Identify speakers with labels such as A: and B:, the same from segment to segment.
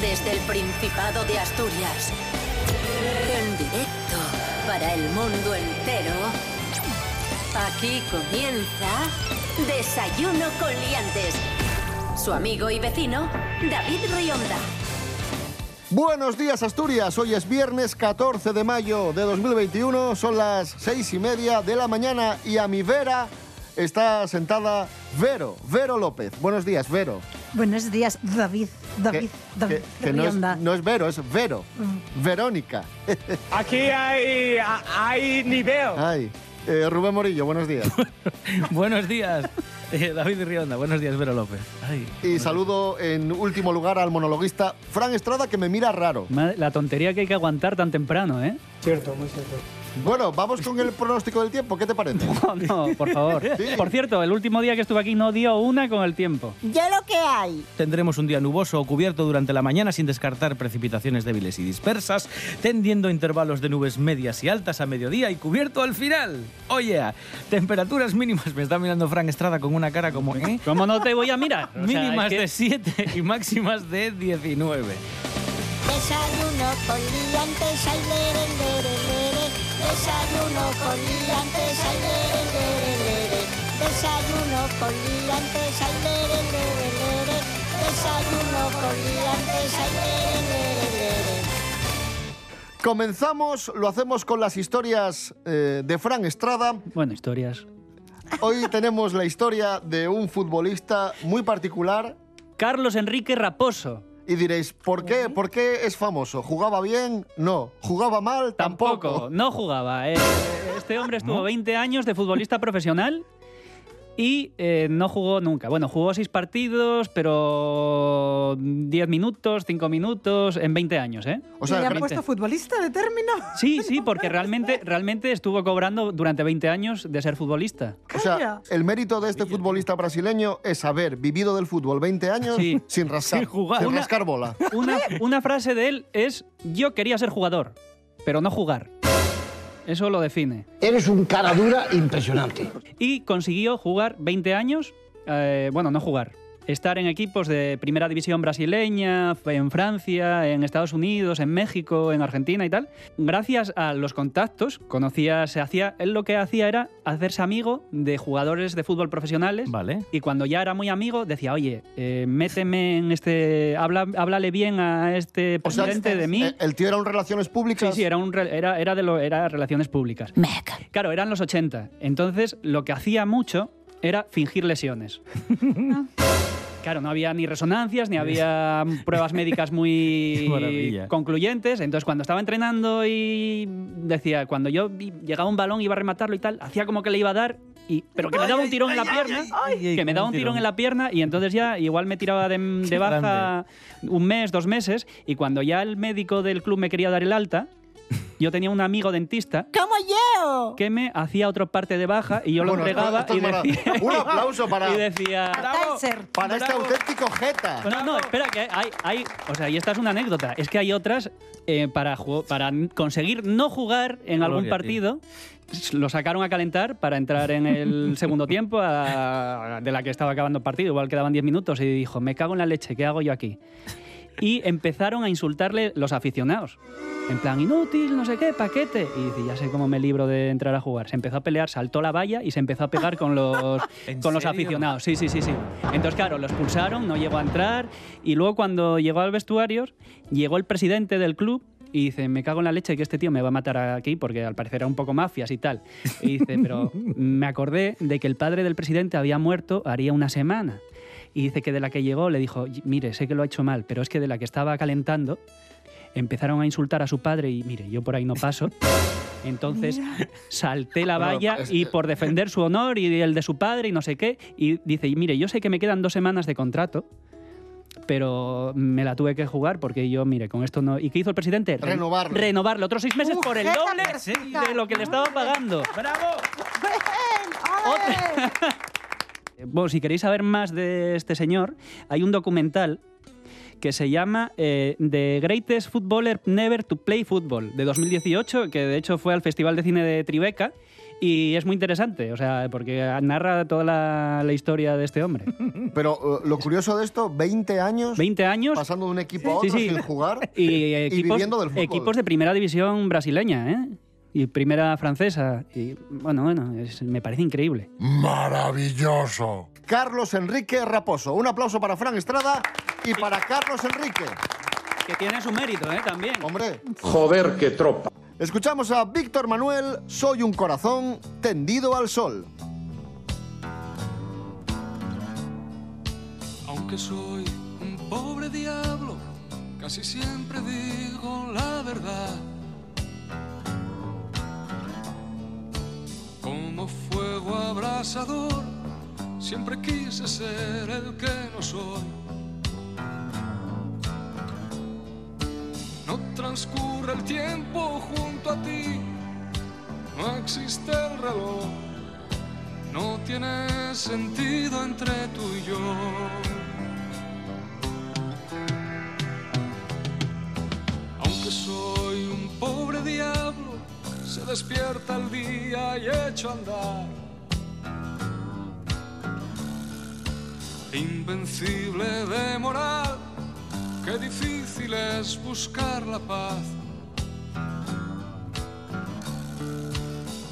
A: Desde el Principado de Asturias. En directo para el mundo entero. Aquí comienza Desayuno con Liantes. Su amigo y vecino, David Rionda.
B: Buenos días Asturias, hoy es viernes 14 de mayo de 2021, son las seis y media de la mañana y a mi vera está sentada Vero, Vero López. Buenos días Vero.
C: Buenos días, David, David, David.
B: Que, que no, es,
C: Rionda. Mm.
B: no es Vero, es Vero. Verónica.
D: Aquí hay, hay nivel.
B: Ay. Eh, Rubén Morillo, buenos días.
E: buenos días, eh, David Rionda. Buenos días, Vero López. Ay,
B: Y saludo en último lugar al monologuista Fran Estrada que me mira raro.
F: Madre- La tontería que hay que aguantar tan temprano, ¿eh?
D: Cierto, muy cierto.
B: Bueno, vamos con el pronóstico del tiempo, ¿qué te parece?
F: No, Oh, no, por favor. Por cierto, el último día que estuve aquí no dio una con el tiempo.
G: Ya lo que hay.
E: Tendremos un día nuboso o cubierto durante la mañana sin descartar precipitaciones débiles y dispersas, tendiendo a intervalos de nubes medias y altas a mediodía y cubierto al final. Oye, temperaturas mínimas. Me está mirando Frank Estrada con una cara como... ¿eh?
F: ¿Cómo no te voy a mirar? O sea,
E: Mínimas
F: es que-
E: de 7 y máximas de 19.
G: Desayuno con liantes, ay, lere, lere, lere. Desayuno con liantes, ay, lere, lere, lere. Desayuno con liantes, ay, lere, lere, lere. Desayuno con liantes, ay, lere, lere, lere.
B: Comenzamos, lo hacemos con las historias eh, de Fran Estrada.
F: Bueno, historias.
B: Hoy tenemos la historia de un futbolista muy particular
F: Carlos Enrique Raposo.
B: y diréis, ¿por qué? ¿Por qué es famoso? ¿Jugaba bien? No. ¿Jugaba mal? Tampoco.
F: No jugaba. eh. Este hombre estuvo 20 años de futbolista profesional y eh, no jugó nunca. Bueno, jugó 6 partidos, pero 10 minutos, 5 minutos, en 20 años, ¿eh?
B: O
H: ¿Le
B: sea,
H: han puesto futbolista de término?
F: Sí, sí, porque realmente, realmente estuvo cobrando durante 20 años de ser futbolista.
B: o sea,
H: Calla.
B: el mérito de este futbolista brasileño es haber vivido del fútbol 20 años
F: Sí.
B: sin rascar,
E: Sin jugar.
B: sin
E: Una-
B: rascar bola.
F: Una, una frase de él es, yo quería ser jugador, pero no jugar. Eso lo define.
I: Eres un cara dura impresionante.
F: Y consiguió jugar 20 años, eh, bueno, no jugar, estar en equipos de primera división brasileña, en Francia, en Estados Unidos, en México, en Argentina y tal. Gracias a los contactos, conocía, se hacía, él lo que hacía era hacerse amigo de jugadores de fútbol profesionales.
E: Vale.
F: Y cuando ya era muy amigo, decía, oye, eh, méteme en este. Habla, háblale bien a este
B: O sea,
F: presidente de mí.
B: eh, el tío era un relaciones
F: Sí,
B: públicas.
F: sí, era, un, re- era, era de lo, era relaciones públicas. Claro, eran los 80. Entonces, lo que hacía mucho era fingir lesiones.
E: Ah.
F: Claro, no había ni resonancias, ni había pruebas médicas
E: Qué
F: muy
E: maravilla.
F: concluyentes. Entonces, cuando estaba entrenando y decía, cuando yo vi- llegaba un balón, iba a rematarlo y tal, hacía como que le iba a dar, y, pero que me daba un tirón en la pierna que me daba un tirón en la pierna y entonces ya igual me tiraba de, de
E: Qué
F: baja un mes, dos meses y cuando ya el médico del club me quería dar el alta, yo tenía un amigo dentista
G: ¡Como yo!
F: que me hacía otro parte de baja y yo lo
B: Bueno, esto-
F: entregaba
B: esto es
F: y decía...
B: maravilloso. Un aplauso para-
F: Y decía...
H: Kaiser.
B: Para este auténtico jeta.
F: No, no, espera, que hay, hay- O sea, y esta es una anécdota. Es que hay otras eh, para, ju- para conseguir no jugar en algún
E: Gloria,
F: partido. Lo sacaron a calentar para entrar en el segundo tiempo a- de la que estaba acabando el partido. Igual quedaban 10 minutos y dijo, me cago en la leche, ¿qué hago yo aquí? Y empezaron a insultarle los aficionados. En plan, inútil, no sé qué, paquete. Y dice, ya sé cómo me libro de entrar a jugar. Se empezó a pelear, saltó la valla y se empezó a pegar con los,
E: ¿En
F: con los
E: serio?
F: aficionados. Sí, sí, sí, sí. Entonces, claro, lo expulsaron, no llegó a entrar. Y luego cuando llegó al vestuario, llegó el presidente del club y dice, me cago en la leche que este tío me va a matar aquí porque al parecer era un poco mafias y tal. Y dice, pero me acordé de que el padre del presidente había muerto haría una semana. Y dice que de la que llegó le dijo, mire, sé que lo ha hecho mal, pero es que de la que estaba calentando empezaron a insultar a su padre y mire, yo por ahí no paso. Entonces salté la
B: Bueno,
F: valla
B: es-
F: y por defender su honor y el de su padre y no sé qué, y dice, y mire, yo sé que me quedan dos semanas de contrato, pero me la tuve que jugar porque yo, mire, con esto no... ¿Y qué hizo el presidente? Re-
B: Renovarlo.
F: Renovarlo, otros seis meses por el
H: Ujeta
F: doble
H: perfecta.
F: de lo que le estaba pagando.
E: ¡Bravo!
H: ¡Ole!
F: Eh, Bueno, si queréis saber más de este señor, hay un documental que se llama eh, The Greatest Footballer Never to Play Football, de 2018, que de hecho fue al Festival de Cine de Tribeca. Y es muy interesante, o sea, porque narra toda la, la historia de este hombre.
B: Pero eh, lo curioso de esto, 20 años
F: 20 años
B: pasando de un equipo a
F: Sí,
B: otro
F: sí.
B: sin jugar
F: y, equipos,
B: viviendo del fútbol.
F: equipos de primera división brasileña, ¿eh? Y primera francesa. Y bueno, bueno, es- me parece increíble.
I: Maravilloso.
B: Carlos Enrique Raposo. Un aplauso para Fran Estrada y para Carlos Enrique.
F: Que tiene su mérito, ¿eh? También.
B: Hombre,
J: Joder, qué tropa.
B: escuchamos a Víctor Manuel, Soy un corazón tendido al sol.
K: Aunque soy un pobre diablo, casi siempre digo la verdad. Como fuego abrasador, siempre quise ser el que no soy. No transcurre el tiempo junto a ti, no existe el reloj, no tiene sentido entre tú y yo. Aunque soy un pobre diablo, se despierta el día y echo a andar. Invencible de moral, qué difícil es buscar la paz.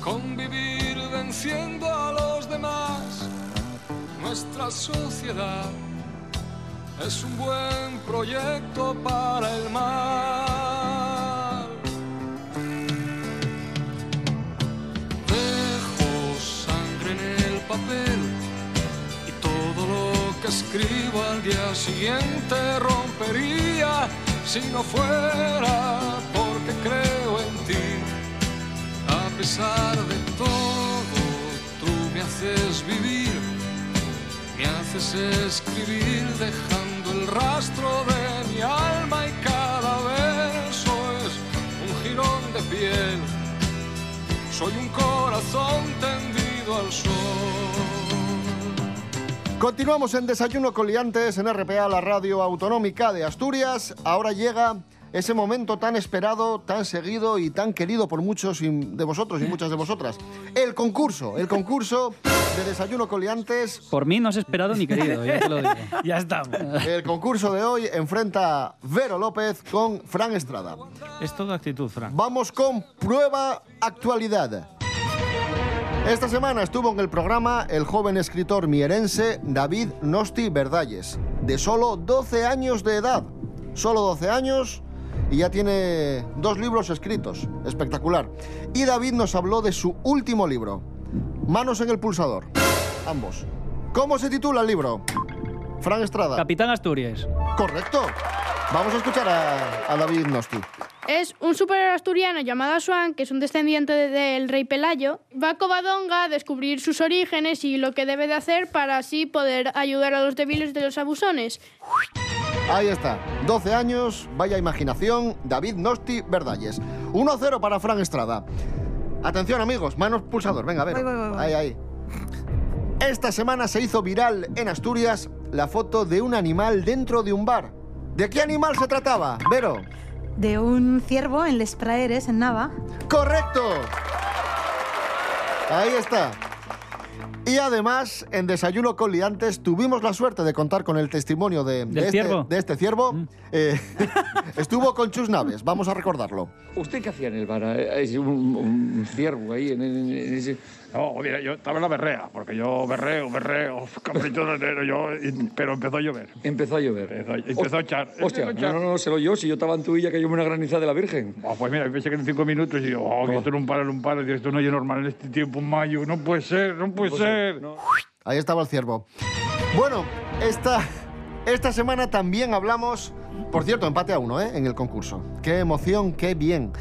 K: Convivir venciendo a los demás, nuestra sociedad es un buen proyecto para el mal. Dejo sangre en el papel y todo lo que escribo al día siguiente rompería si no fuera porque creo en ti. A pesar de todo, tú me haces vivir. Me haces escribir dejando el rastro de mi alma y cada verso es un jirón de piel. Soy un corazón tendido al sol.
B: Continuamos en Desayuno con Liantes en RPA, la radio autonómica de Asturias. Ahora llega ese momento tan esperado, tan seguido y tan querido por muchos y- de vosotros y muchas de vosotras. El concurso, el concurso de Desayuno con Liantes
F: Por mí no has esperado ni querido, ya te lo digo.
E: Ya estamos.
B: El concurso de hoy enfrenta a Vero López con Fran Estrada.
E: Es toda actitud, Fran.
B: Vamos con prueba actualidad. Esta semana estuvo en el programa el joven escritor mierense David Nosti Verdalles, de solo 12 años de edad. Solo 12 años y ya tiene dos libros escritos. Espectacular. Y David nos habló de su último libro, Manos en el Pulsador. Ambos. ¿Cómo se titula el libro? Fran Estrada.
F: Capitán Asturias.
B: Correcto. Vamos a escuchar a, a David Nosti.
K: Es un superhéroe asturiano llamado Swan, que es un descendiente de- del rey Pelayo. Va a Covadonga a descubrir sus orígenes y lo que debe de hacer para así poder ayudar a los débiles de los abusones.
B: Ahí está. 12 años, vaya imaginación, David Nosti Verdalles. 1-0 para Fran Estrada. Atención amigos, manos pulsador, venga, a ver.
C: Voy, voy, voy, voy.
B: Ahí, ahí. Esta semana se hizo viral en Asturias la foto de un animal dentro de un bar. ¿De qué animal se trataba, Vero?
C: De un ciervo en Les Praeres, en Nava.
B: ¡Correcto! Ahí está. Y además, en Desayuno con Liantes tuvimos la suerte de contar con el testimonio de, de
F: ¿Del
B: este,
F: ciervo? Mm.
B: de este ciervo. Eh, estuvo con Chus Naves, vamos a recordarlo.
J: ¿Usted qué hacía en el bar? Es un, un ciervo ahí en, en- en ese...
K: No, mira, yo estaba en la berrea, porque yo berreo, berreo, capricho de enero, yo, y- pero empezó a llover.
J: Empezó a llover.
K: Empezó- empezó a echar.
J: Hostia,
K: Empezó a
J: no,
K: echar.
J: no, no, se lo yo. Si yo estaba en Tuilla, que yo me una graniza de la Virgen.
K: Ah, pues mira, pensé que en cinco minutos y yo, oh, que esto no para, no para, esto no es normal en este tiempo, en mayo, no puede ser, no puede ser.
B: Ahí estaba el ciervo. Bueno, esta, esta semana también hablamos, por cierto, empate a uno ¿eh? en el concurso. Qué emoción, qué bien.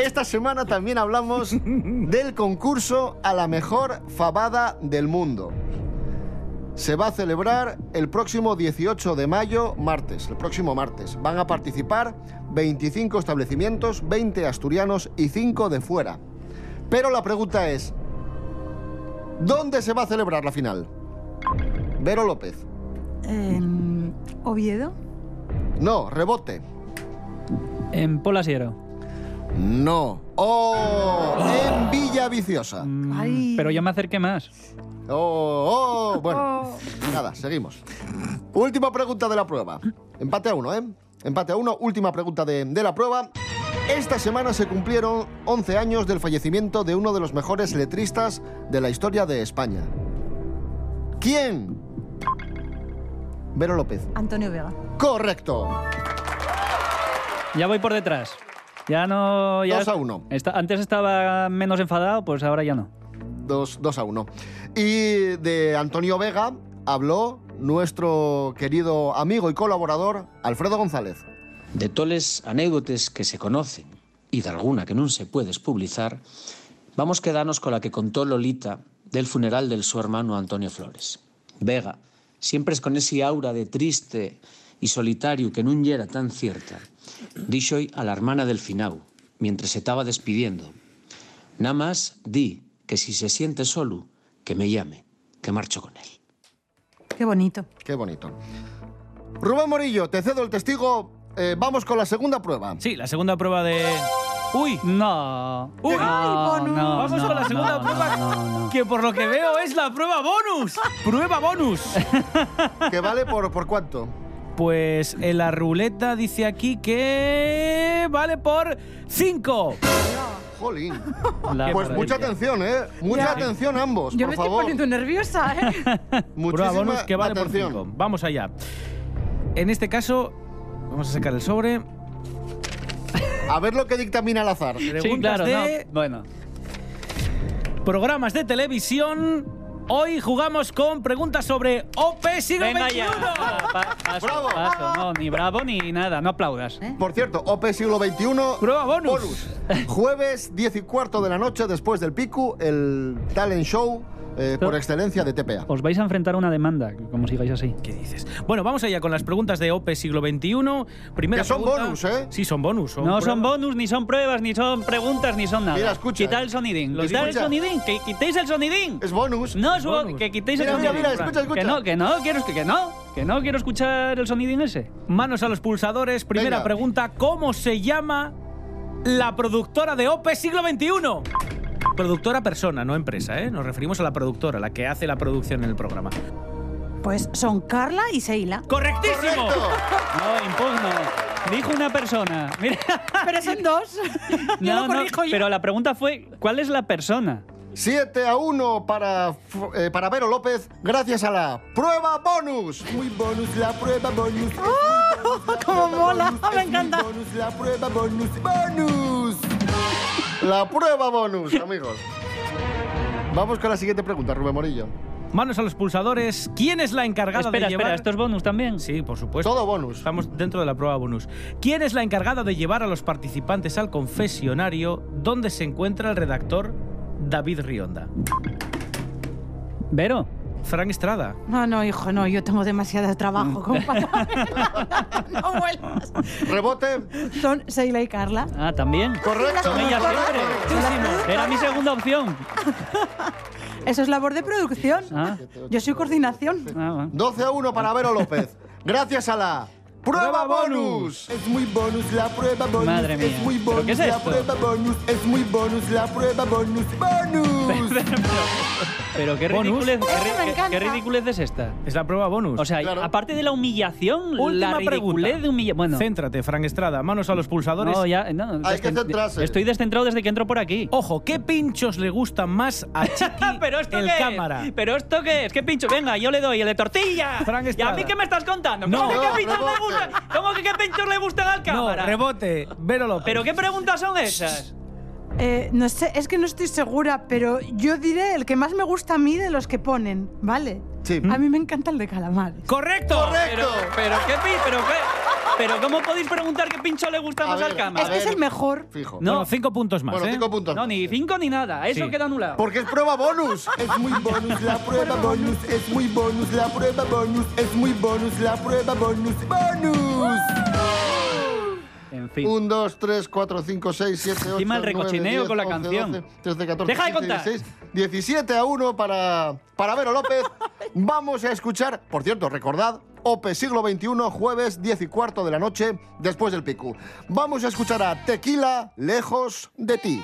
B: Esta semana también hablamos del concurso a la mejor fabada del mundo. Se va a celebrar el próximo 18 de mayo, martes, el próximo martes. Van a participar 25 establecimientos, 20 asturianos y 5 de fuera. Pero la pregunta es, ¿Dónde se va a celebrar la final? Vero López.
C: En Oviedo.
B: No, rebote.
F: En Polasiero.
B: No. ¡Oh! En Villa Viciosa.
F: Pero yo me acerqué más.
B: ¡Oh! oh. Bueno, nada, seguimos. Última pregunta de la prueba. Empate a uno, ¿eh? Empate a uno, última pregunta de, de la prueba. Esta semana se cumplieron 11 años del fallecimiento de uno de los mejores letristas de la historia de España. ¿Quién? Vero López.
C: Antonio Vega.
B: Correcto.
F: Ya voy por detrás. Ya no. Ya
B: Dos a uno.
F: Está- antes estaba menos enfadado, pues ahora ya no.
B: 2 a 1. Y de Antonio Vega habló nuestro querido amigo y colaborador Alfredo González.
L: De toles anécdotes que se conocen y de alguna que non se puedes publicar, vamos quedarnos cola que contó Lolita del funeral del su hermano Antonio Flores. Vega, siempre es con ese aura de triste y solitario que nun yera tan cierta, dixoi a la hermana del finau, mientras se estaba despidiendo. Nada más di que si se siente solo, que me llame, que marcho con él.
C: Qué bonito.
B: Qué bonito. Rubén Morillo, te cedo el testigo. Eh, vamos con la segunda prueba.
E: Sí, la segunda prueba de... ¡Uy!
F: No.
E: ¡Uy!
F: No, no,
E: Vamos
F: no,
E: con la segunda
F: no,
E: prueba,
F: no, no, no.
E: que por lo que veo es la prueba bonus. ¡Prueba bonus!
B: ¿Que vale por, por cuánto?
E: Pues en la ruleta dice aquí que vale por 5.
B: Jolín.
F: La
B: Pues
F: maravilla.
B: mucha atención, ¿eh? Mucha
C: Ya.
B: atención ambos,
C: Yo
B: por
C: me
B: favor.
C: estoy poniendo nerviosa, ¿eh?
B: Muchísima
E: Prueba bonus que vale
B: atención.
E: por 5. Vamos allá. En este caso, vamos a sacar el sobre.
B: A ver lo que dictamina al azar.
E: Preguntas
F: claro,
E: de
F: no. Bueno.
E: programas de televisión. Hoy jugamos con preguntas sobre OP siglo
F: Venga
E: XXI.
F: ya. Pa- paso,
B: Bravo.
F: paso. No, ni bravo ni nada. No aplaudas.
E: ¿Eh?
B: Por cierto, OP siglo XXI.
E: Prueba bonus.
B: Jueves, 10 y cuarto de la noche, después del Piku, el talent show eh, por
F: Pero-
B: excelencia de TPA.
F: Os vais a enfrentar a una demanda, como sigáis así.
E: ¿Qué dices? Bueno, vamos allá con las preguntas de OP siglo XXI. Primera
B: Que son
E: pregunta-
B: bonus, ¿eh?
E: Sí, son bonus.
F: No
E: pruebas.
F: son bonus, ni son pruebas, ni son preguntas, ni son nada.
B: Mira, escucha.
F: Quitad el sonidín.
B: Lo
F: Quitad el
B: escucha.
F: sonidín. Que quitéis el sonidín.
B: Es bonus.
F: No, es bo-
E: bonus.
F: que quitéis
B: pues, Mira,
F: el
B: mira,
F: sonidín.
B: mira, escucha, escucha.
F: Que no, que no, quiero, que, que no, que no quiero escuchar el sonidín ese.
E: Manos a los pulsadores. Primera
B: Venga.
E: pregunta: ¿Cómo se llama la productora de OPE siglo XXI? Productora persona, no empresa, ¿eh? Nos referimos a la productora, la que hace la producción en el programa.
C: Pues son Carla y Seila.
E: ¡Correctísimo!
B: Correcto.
F: No, impugno. Dijo una persona. Mira.
C: Pero son dos. yo
F: no,
C: lo
F: no,
C: corrijo yo.
F: pero la pregunta fue, ¿cuál es la persona?
B: 7 a 1 para, F- eh, para Vero López, gracias a la prueba bonus. Muy bonus, la prueba bonus.
C: ¡Cómo mola! Me encanta.
B: bonus, la prueba bonus. ¡Bonus! La prueba bonus, amigos. Vamos con la siguiente pregunta, Rubén Morillo.
E: Manos a los pulsadores. ¿Quién es la encargada
F: espera,
E: de llevar...?
F: espera, ¿esto es bonus también?
E: Sí, por supuesto.
B: Todo bonus.
E: Estamos dentro de la prueba bonus. ¿Quién es la encargada de llevar a los participantes al confesionario donde se encuentra el redactor David Rionda?
F: Vero,
E: Frank Estrada.
C: No, no, hijo, no, yo tengo demasiado
B: Mm.
C: trabajo como para- no vuelvas.
B: Rebote.
C: Son Seila y Carla.
F: ah, también.
B: Correcto.
F: Son ellas siempre.
C: Correctísimo.
F: Era mi segunda opción.
C: Eso es labor de producción.
F: Ah,
C: Yo soy coordinación.
F: ah, va.
B: 12 a 1 para Vero López. Gracias a la prueba bonus. Es muy bonus la prueba bonus.
F: Madre mía. ¿Pero qué es esto?
B: bonus. Es muy bonus la prueba bonus. Bonus.
F: Pero qué
E: Bonus.
F: ridiculez, qué,
C: Eso me
F: ri- qué- qué
C: encanta.
F: ridiculez es esta.
E: Es la prueba bonus.
F: O sea,
B: Claro.
F: aparte de la humillación, la
E: Última
F: ridiculez
E: pregunta.
F: de humilla... Bueno,
E: Céntrate, Frank Estrada. Manos a los pulsadores.
F: no, ya, no,
B: Hay que
F: descen-
B: centrarse.
F: Estoy descentrado desde que entro por aquí.
E: Ojo, ¿qué pinchos le gustan más a Chiqui
F: Oh, ah, ¿Pero esto
E: el
F: qué es?
E: cámara?
F: ¿Pero esto qué es? ¿Qué pincho? Venga, yo le doy el de tortilla.
E: Frank
F: ¿Y a
E: Estrada.
F: mí qué me estás contando?
E: No.
F: ¿Cómo que
B: No,
F: qué pinchos le
B: rebote.
F: gustan? ¿Cómo que qué pinchos le gustan al
E: No,
F: cámara?
E: rebote. Vero López.
F: ¿Pero qué preguntas son esas?
C: Eh, no sé, es que no estoy segura, pero yo diré el que más me gusta a mí de los que ponen, ¿vale?
B: Sí.
C: A mí me encanta el de calamares.
E: ¡Correcto!
B: Correcto.
F: Pero, pero qué pi- pero qué, pero cómo podéis preguntar qué pincho le gusta
B: A
F: más
B: ver,
F: al
B: a
C: Es
F: cámara?
C: que es
B: ver.
C: el mejor.
B: Fijo.
E: No, cinco puntos más.
B: bueno,
E: ¿eh?
B: 5 puntos.
F: No, ni cinco ni nada. Eso
E: Sí.
F: queda anulado.
B: Porque es prueba bonus. Es muy bonus la prueba bonus. Es muy bonus la prueba bonus. Es muy bonus la prueba bonus. Bonus.
F: En fin.
B: 1, 2, 3, 4, 5, 6, 7, 8.
F: Encima el recochineo con la canción.
B: 13, 14,
F: Deja de
B: 15,
F: contar.
B: 16, 17 a 1 para, para Vero López. Vamos a escuchar, por cierto, recordad, OPE Siglo XXI, jueves 10 y cuarto de la noche, después del pico. Vamos a escuchar a Tequila, lejos de ti.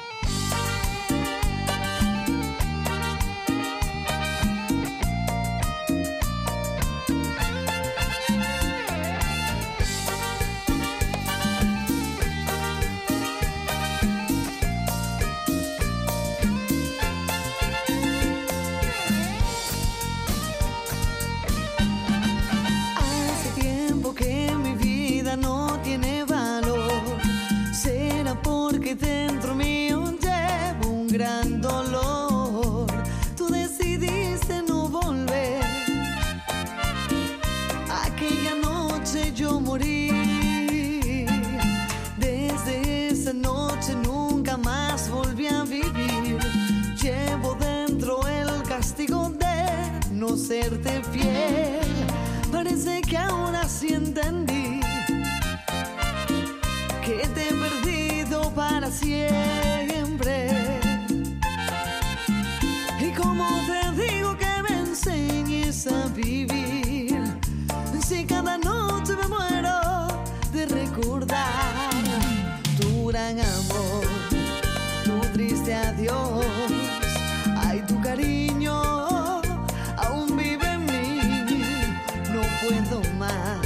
M: serte fiel. Parece que ahora sí entendí que te he perdido para siempre. Y como te digo que me enseñes a vivir, si cada noche me muero de recordar tu gran amor, tu triste adiós, ay tu cariño. puedo más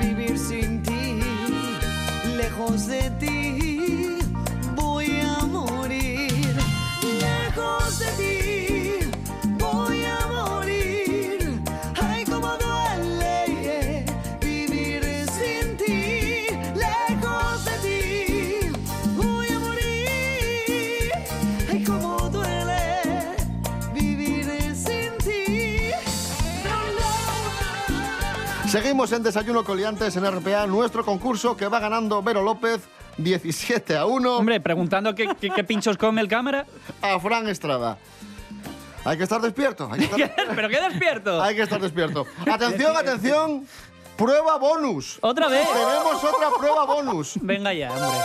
M: vivir sin ti, lejos de ti voy a morir, lejos de ti voy a morir, ay como duele vivir sin ti, lejos de ti voy a morir, ay como duele vivir sin ti.
B: Seguimos en Desayuno Coliantes en RPA, nuestro concurso que va ganando Vero López 17 a 1.
F: Hombre, preguntando qué, qué, qué pinchos come el cámara.
B: A Fran Estrada. Hay que estar despierto. Hay que estar...
F: ¿Pero qué despierto?
B: hay que estar despierto. Atención, atención. Prueba bonus.
F: ¿Otra vez?
B: Tenemos otra prueba bonus.
F: Venga ya, hombre.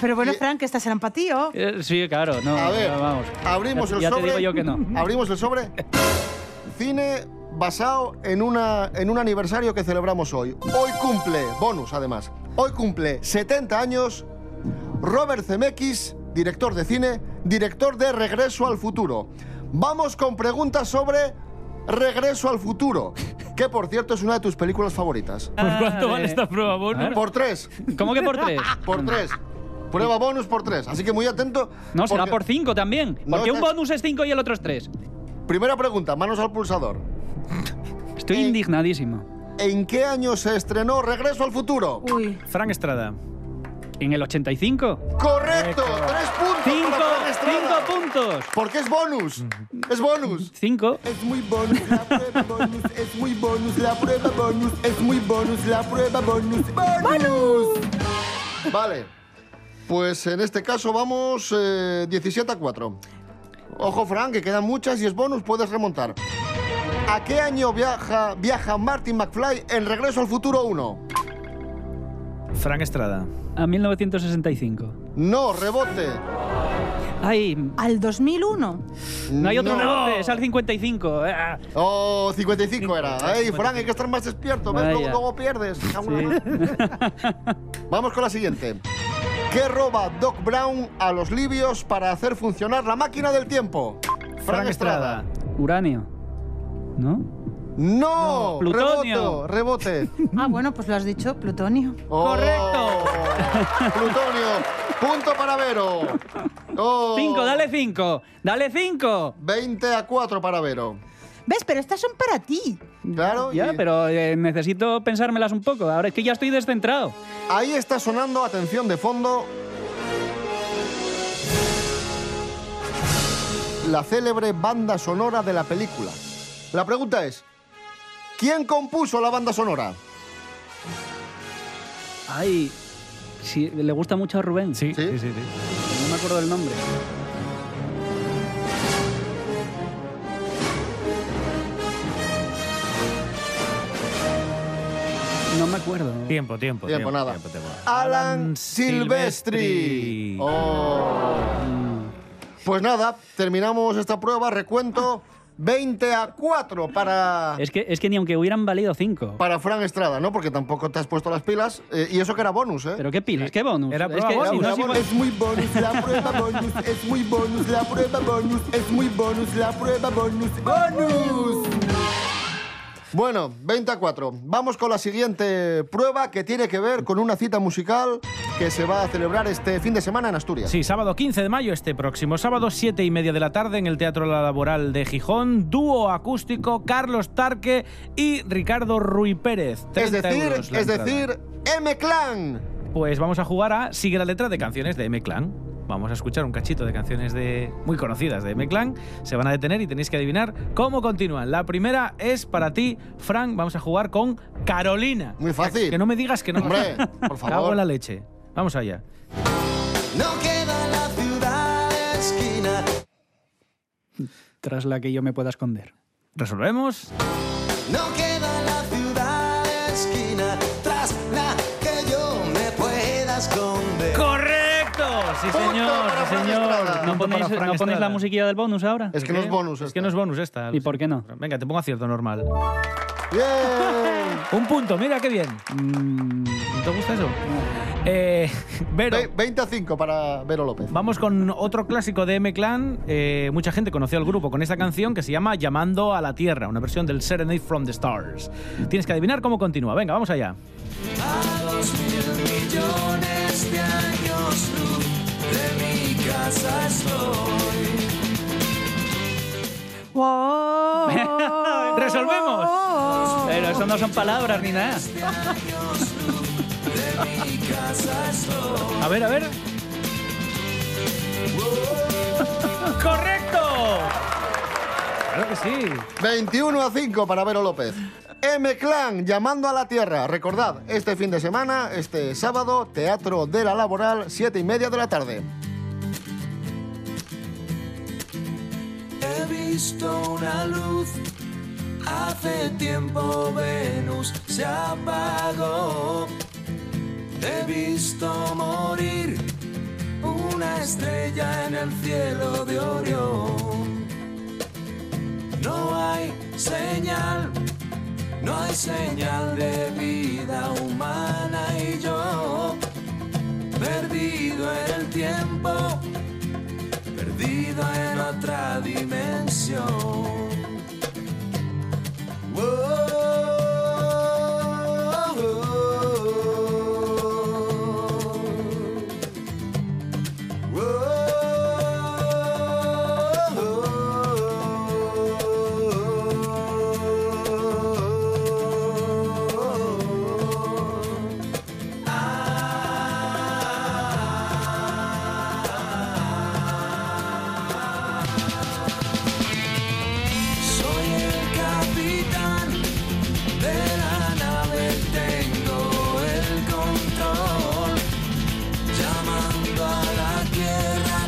C: Pero bueno, Frank, estas eran para ti, ¿o?
F: Eh, Sí, claro, no.
B: A ver,
F: vamos.
B: abrimos
F: Ya-
B: el
F: ya te
B: sobre.
F: digo yo que no.
B: Abrimos el sobre. Cine basado en, una, en un aniversario que celebramos hoy. Hoy cumple, bonus además, hoy cumple 70 años Robert Zemeckis, director de cine, director de Regreso al Futuro. Vamos con preguntas sobre Regreso al Futuro, que por cierto es una de tus películas favoritas.
E: ¿Por cuánto vale esta prueba, bonus?
B: Por tres.
F: ¿Cómo que por tres?
B: Por tres. Prueba bonus por tres. Así que muy atento.
F: No, será
B: porque-
F: por cinco también.
B: No,
F: Porque un
B: estás-
F: bonus es cinco y el otro es tres.
B: Primera pregunta, manos al pulsador.
F: Estoy
B: Eh.
F: indignadísimo.
B: ¿En qué año se estrenó Regreso al Futuro?
C: Uy.
E: Frank Estrada.
F: ¿En el 85?
B: Correcto, tres puntos.
F: ¡Cinco!
B: para Fran Estrada.
F: ¡Cinco puntos!
B: Porque es bonus. Es bonus.
F: Cinco.
B: Es muy bonus la prueba bonus. Es muy bonus la prueba bonus. Es muy bonus la prueba bonus. ¡Bonus! Vale. Pues en este caso vamos eh, 17 a 4. Ojo, Frank, que quedan muchas y es bonus, puedes remontar. ¿A qué año viaja, viaja Martin McFly en Regreso al Futuro 1?
E: Frank Estrada.
F: A 1965.
B: No, rebote.
F: ¡Ay!
C: Al 2001.
F: No hay otro rebote, es al 55. Ah.
B: Oh, 55 era. Ey, Frank, hay que estar más despierto. ¿Ves? Luego,
F: Vaya.
B: luego pierdes. Me cago en la
F: Sí.
B: mar. Vamos con la siguiente. ¿Qué roba Doc Brown a los libios para hacer funcionar la máquina del tiempo? Frank, Estrada.
F: Uranio. ¿No?
B: No,
F: Plutonio.
B: rebote, rebote.
C: Ah, bueno, pues lo has dicho, Plutonio.
B: Oh,
F: Correcto.
B: Plutonio. Punto para Vero. Oh,
F: Cinco, dale cinco. Dale cinco.
B: 20 a 4 para Vero.
C: ¿Ves? Pero estas son para ti.
B: Claro,
F: Ya,
B: y-
F: pero eh, necesito pensármelas un poco. Ahora es que ya estoy descentrado.
B: Ahí está sonando, atención de fondo. La célebre banda sonora de la película. La pregunta es: ¿quién compuso la banda sonora?
F: Ay, sí, le gusta mucho a Rubén.
E: Sí,
B: ¿Sí?
E: sí, sí. sí.
F: No me acuerdo del nombre. No me acuerdo. ¿eh?
E: Tiempo, tiempo. Ah,
B: Tiempo, pues nada. Alan Silvestri. Oh. Pues nada, terminamos esta prueba. Recuento: 20 a 4 para.
F: Es que, es que ni aunque hubieran valido 5.
B: Para Fran Estrada, ¿no? Porque tampoco te has puesto las pilas. eh, y eso que era bonus, ¿eh?
F: ¿Pero qué pilas? ¿Qué bonus?
B: Era
F: es que,
B: prueba
F: si
B: bonus,
F: no,
B: era
F: si
B: bonus.
F: fue-
B: Es muy bonus, la prueba bonus, es muy bonus, la prueba bonus, es muy bonus, la prueba bonus, bonus. Bueno, 20 a 4. Vamos con la siguiente prueba que tiene que ver con una cita musical que se va a celebrar este fin de semana en Asturias.
E: Sí, sábado 15 de mayo, este próximo sábado, 7 y media de la tarde, en el Teatro La Laboral de Gijón, dúo acústico Carlos Tarque y Ricardo Ruy Pérez.
B: Es
E: 30
B: decir,
E: euros la
B: es
E: entrada.
B: decir, M-Clan.
E: Pues vamos a jugar a Sigue la letra de canciones de M-Clan. Vamos a escuchar un cachito de canciones de muy conocidas de M-Clan. Se van a detener y tenéis que adivinar cómo continúan. La primera es para ti, Frank. Vamos a jugar con Carolina.
B: Muy fácil.
E: Que no me digas que no.
B: Hombre, por favor.
E: Cago en la leche. Vamos allá.
G: No queda en la ciudad esquina.
F: Tras la que yo me pueda esconder.
E: Resolvemos.
G: No queda en la ciudad esquina. Tras la que yo me pueda esconder.
E: ¡Correcto! Sí, señor,
G: para
E: sí,
G: Fran
E: señor.
G: Estrada.
E: ¿No
F: ¿No ponéis,
E: ponéis,
F: ¿no ponéis la musiquilla del bonus ahora?
B: Es que no es bonus
E: Es que no es bonus esta.
F: ¿Y por qué no?
E: Venga, te pongo acierto normal.
B: ¡Bien!
E: Un punto, mira qué bien. Mm, ¿Te gusta eso? Eh, Vero.
B: Ve- 20 a 5 para Vero López.
E: Vamos con otro clásico de M-Clan. Eh, mucha gente conoció al grupo con esta canción que se llama Llamando a la Tierra, una versión del Serenade from the Stars. Tienes que adivinar cómo continúa. Venga, vamos allá.
G: A dos mil millones de años luz de mi casa estoy.
F: ¡Resolvemos! Pero eso no son palabras ni nada.
G: Mi casa estoy.
E: A ver, a ver. ¡Correcto! Claro que sí.
B: 21 a 5 para Vero López. M-Clan llamando a la tierra. Recordad, este fin de semana, este sábado, Teatro de la Laboral, 7 y media de la tarde.
G: He visto una luz. Hace tiempo Venus se apagó. He visto morir una estrella en el cielo de Orión. No hay señal, no hay señal de vida humana y yo, perdido en el tiempo perdido en otra dimensión. Oh, oh, oh. Oh, oh, oh. Soy el capitán de la nave, tengo el control, llamando a la tierra,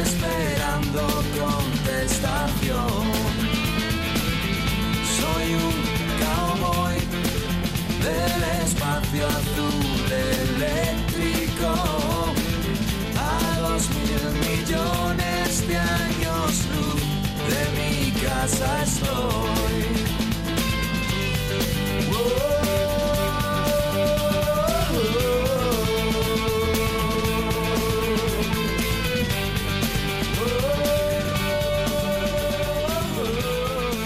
G: esperando contestación. Soy un cowboy del espacio azul eléctrico, a dos mil millones de años luz de mi casa estoy. Oh, oh,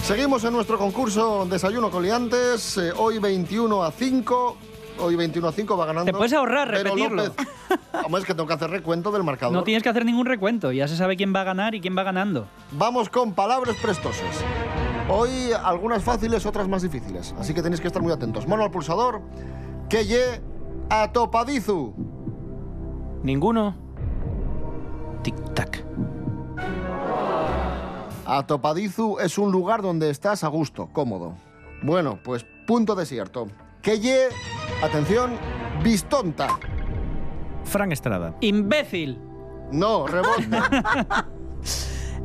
B: Seguimos en nuestro concurso Desayuno Coliantes. eh, hoy 21 a 5. Hoy 21 a 5 va ganando.
F: Te puedes ahorrar
B: Vero
F: repetirlo.
B: López. Vamos, es que tengo que hacer recuento del marcador.
F: No tienes que hacer ningún recuento, ya se sabe quién va a ganar y quién va ganando.
B: Vamos con palabras prestosas. Hoy algunas fáciles, otras más difíciles. Así que tenéis que estar muy atentos. Mano al pulsador. Que ye a topadizu.
E: Ninguno. Tic-tac.
B: Atopadizu es un lugar donde estás a gusto, cómodo. Bueno, pues punto desierto. Que ye, atención, bistonta.
E: Fran Estrada.
F: ¡Imbécil!
B: No, rebote.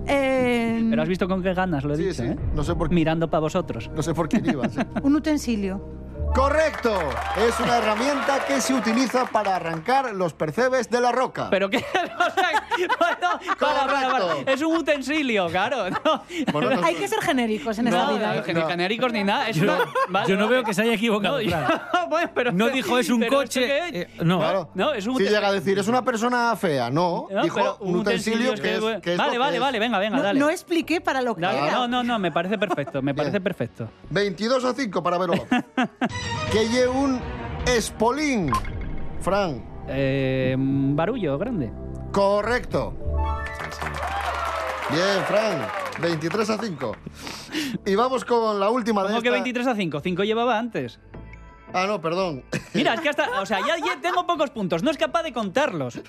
C: Eh,
F: Pero has visto con qué ganas lo he dicho, ¿eh?
B: No sé por,
F: Mirando para vosotros.
B: no sé por quién ibas.
C: un utensilio.
B: Correcto. Es una herramienta que se utiliza para arrancar los percebes de la roca.
F: Pero qué bueno, para, para, para. es un utensilio, claro. No.
C: Bueno, no, Hay que ser genéricos en esta
F: no,
C: vida. ¿eh?
F: Ni genéricos ni nada. Es
E: Yo,
F: una- Vale,
E: yo no
F: vale.
E: veo que se haya equivocado.
F: No, yo-
E: claro.
F: bueno, pero-
E: No dijo, "Es un
F: pero
E: coche".
F: ¿esto qué es?
E: Eh, no.
B: Claro.
F: No, es un
B: Si
F: uten-
B: llega a decir, es una persona fea. No,
F: No,
B: dijo
F: pero
B: un utensilio, que, es, que es lo
F: Vale,
B: que
F: vale,
B: es.
F: vale, venga, venga,
C: No,
F: dale.
C: no expliqué para lo que
F: Dale,
C: era.
F: no, no, no, me parece perfecto, me parece perfecto.
B: 22 a 5 para verlo. que lleve un espolín, Fran.
F: Eh, un barullo grande.
B: Correcto. Bien, Fran. 23 a 5. Y vamos con la última de
F: ¿Cómo que
B: esta.
F: 23 a 5? 5 llevaba antes.
B: Ah, no, perdón.
F: Mira, es que hasta. O sea, ya, ya tengo pocos puntos, no es capaz de contarlos.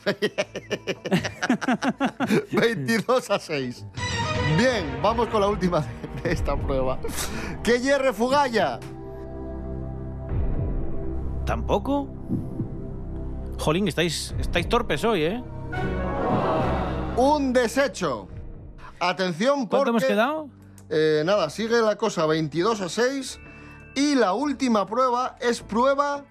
B: 22 a 6. Bien, vamos con la última de, de esta prueba. Que hierre Fugalla.
E: ¿Tampoco? Jolín, estáis, estáis torpes hoy, ¿eh?
B: Un desecho. Atención porque...
E: ¿Cuánto hemos quedado?
B: Eh, nada, sigue la cosa 22 a 6. Y la última prueba es prueba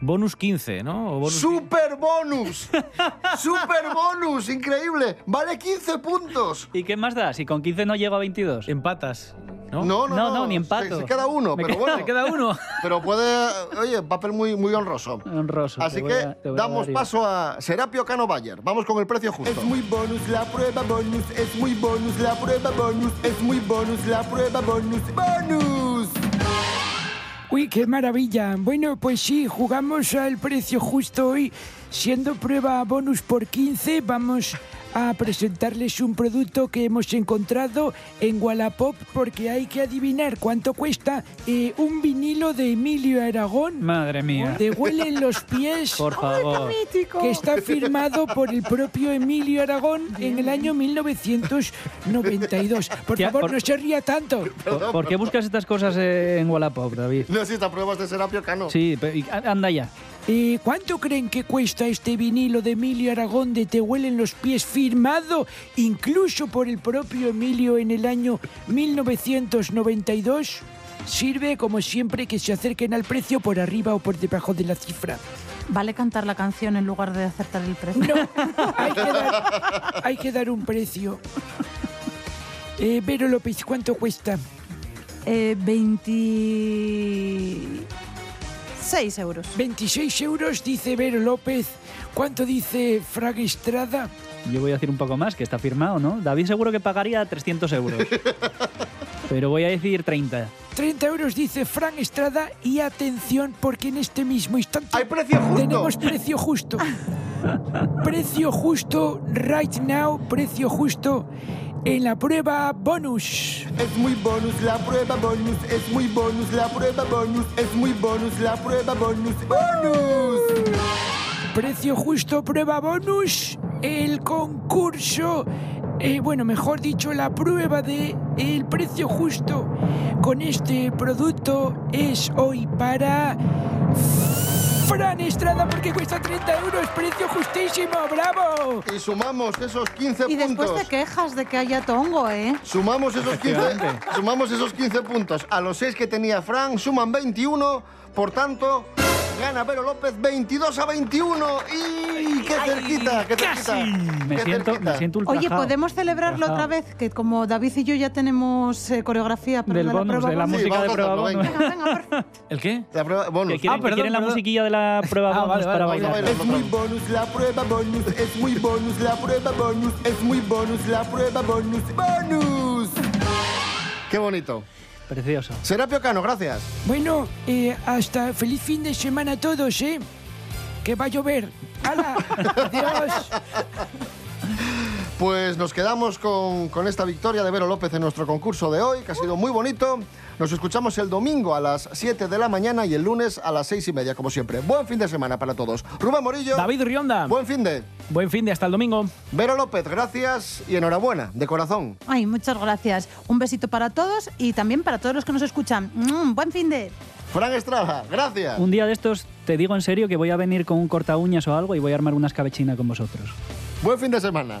E: Bonus 15, ¿no? O bonus-
B: super bonus. super bonus, increíble. Vale 15 puntos.
F: ¿Y qué más da? Si con 15 no llego a 22.
E: Empatas. ¿no?
B: No, no, no,
F: No, no, ni empato.
B: Se, se queda uno,
F: Me
B: pero
F: queda-
B: bueno.
F: me queda uno.
B: Pero puede, oye, papel muy, muy honroso.
F: Honroso. te
B: Así
F: voy
B: que
F: a- te voy a
B: damos
F: dar yo.
B: paso a Serapio Cano Bayer. Vamos con el precio justo.
N: Es muy bonus la prueba bonus, es muy bonus la prueba bonus, es muy bonus la prueba bonus, bonus.
O: Uy, qué maravilla. Bueno, pues sí, jugamos al precio justo hoy. Siendo prueba bonus por 15, vamos a presentarles un producto que hemos encontrado en Wallapop porque hay que adivinar cuánto cuesta eh, un vinilo de Emilio Aragón.
F: Madre mía.
O: Te huelen los pies.
F: Por favor.
O: Que está firmado por el propio Emilio Aragón en el año 1992. Por
F: Tía,
O: favor,
F: por-
O: no se ría tanto.
F: ¿Por, por qué buscas estas cosas eh, en Wallapop, David?
B: No si esta prueba es de Serapio Cano.
F: Sí, pero, y- anda ya.
O: Eh, ¿Cuánto creen que cuesta este vinilo de Emilio Aragón de Te huelen los pies firmado incluso por el propio Emilio en el año 1992? Sirve como siempre que se acerquen al precio por arriba o por debajo de la cifra.
C: Vale cantar la canción en lugar de acertar el precio.
O: Hay que dar, hay que dar un precio. Eh, Vero López, ¿cuánto cuesta?
C: Eh, 26 euros.
O: 26 euros, dice Vero López. ¿Cuánto dice Frank Estrada?
F: Yo voy a decir un poco más, que está firmado, ¿no? David seguro que pagaría 300 euros. pero voy a decir 30.
O: 30 euros dice Fran Estrada y atención porque en este mismo instante tenemos precio justo. precio justo right now, precio justo en la prueba bonus.
N: Es muy bonus la prueba bonus, es muy bonus la prueba bonus, es muy bonus la prueba bonus, bonus.
O: Precio justo, prueba bonus, el concurso, eh, bueno, mejor dicho, la prueba de el precio justo con este producto es hoy para Fran Estrada porque cuesta 30 euros, precio justísimo, bravo.
B: Y sumamos esos 15
C: Y después
B: puntos.
C: te quejas de que haya tongo, ¿eh?
B: Sumamos esos, 15,
C: Efectivamente.
B: sumamos esos 15 puntos a los 6 que tenía Fran, suman 21, por tanto, gana Vero López 22 a 21. ¡Y qué cerquita! ¡Qué cerquita!
F: Me
B: qué
F: siento, me
B: cerquita.
F: siento
C: Oye,
F: ultrajado.
C: ¿podemos celebrarlo
F: Ultrajado.
C: otra vez? Que como David y yo ya tenemos eh, coreografía para
F: Del
C: la
F: bonus,
C: prueba
F: de la
C: bonus.
F: música
B: vamos
F: de
B: a
F: prueba
B: hacerlo,
F: bonus.
B: venga.
E: ¿El qué?
B: La prueba
E: Ah,
F: Que
B: bonus.
F: quieren, que quieren la musiquilla de la prueba bonus
E: vale, vale,
F: para
E: vamos a
F: bailar.
N: Es muy bonus la prueba bonus, es muy bonus la prueba bonus, es muy bonus la prueba bonus, bonus.
B: ¡Qué bonito!
F: Precioso.
B: Serapio Cano, gracias.
O: Bueno, eh, hasta feliz fin de semana a todos, ¿eh? Que va a llover. ¡Hala! ¡Adiós!
B: Pues nos quedamos con, con esta victoria de Vero López en nuestro concurso de hoy, que ha sido muy bonito. Nos escuchamos el domingo a las 7 de la mañana y el lunes a las 6 y media, como siempre. Buen fin de semana para todos. Rubén Morillo.
E: David Rionda.
B: Buen fin de.
E: Buen fin de hasta el domingo.
B: Vero López, gracias y enhorabuena, de corazón.
C: Ay, muchas gracias. Un besito para todos y también para todos los que nos escuchan. Mm, buen fin de...
B: Fran Estrada, gracias.
F: Un día de estos te digo en serio que voy a venir con un corta uñas o algo y voy a armar una escabechina con vosotros.
B: Buen fin de semana.